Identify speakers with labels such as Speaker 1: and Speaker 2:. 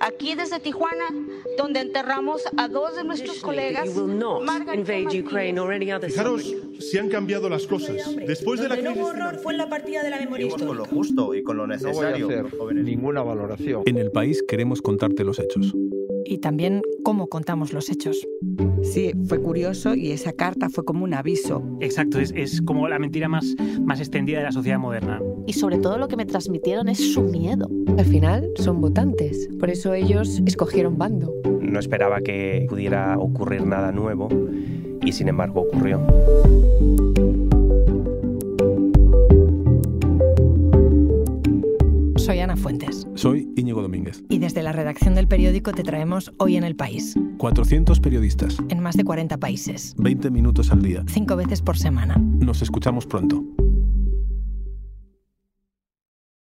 Speaker 1: aquí desde Tijuana, donde enterramos a dos de nuestros colegas.
Speaker 2: Fijaros si han cambiado las cosas. Después de la
Speaker 3: Donde no
Speaker 2: crisis...
Speaker 3: hubo horror fue en la partida de la memoria
Speaker 4: Con lo
Speaker 3: histórica.
Speaker 4: justo y con lo
Speaker 5: No voy a
Speaker 4: necesario.
Speaker 5: hacer ninguna valoración.
Speaker 6: En el país queremos contarte los hechos.
Speaker 7: Y también cómo contamos los hechos.
Speaker 8: Sí, fue curioso y esa carta fue como un aviso.
Speaker 9: Exacto, es, es como la mentira más, más extendida de la sociedad moderna.
Speaker 10: Y sobre todo lo que me transmitieron es su miedo.
Speaker 11: Al final son votantes, por eso ellos escogieron bando.
Speaker 12: No esperaba que pudiera ocurrir nada nuevo y sin embargo ocurrió.
Speaker 7: Soy Ana Fuentes
Speaker 6: Soy Íñigo Domínguez.
Speaker 7: y desde la redacción del periódico te traemos Hoy en el País,
Speaker 6: 400 periodistas,
Speaker 7: en más de 40 países,
Speaker 6: 20 minutos al día.
Speaker 7: cinco veces por semana.
Speaker 6: Nos escuchamos pronto.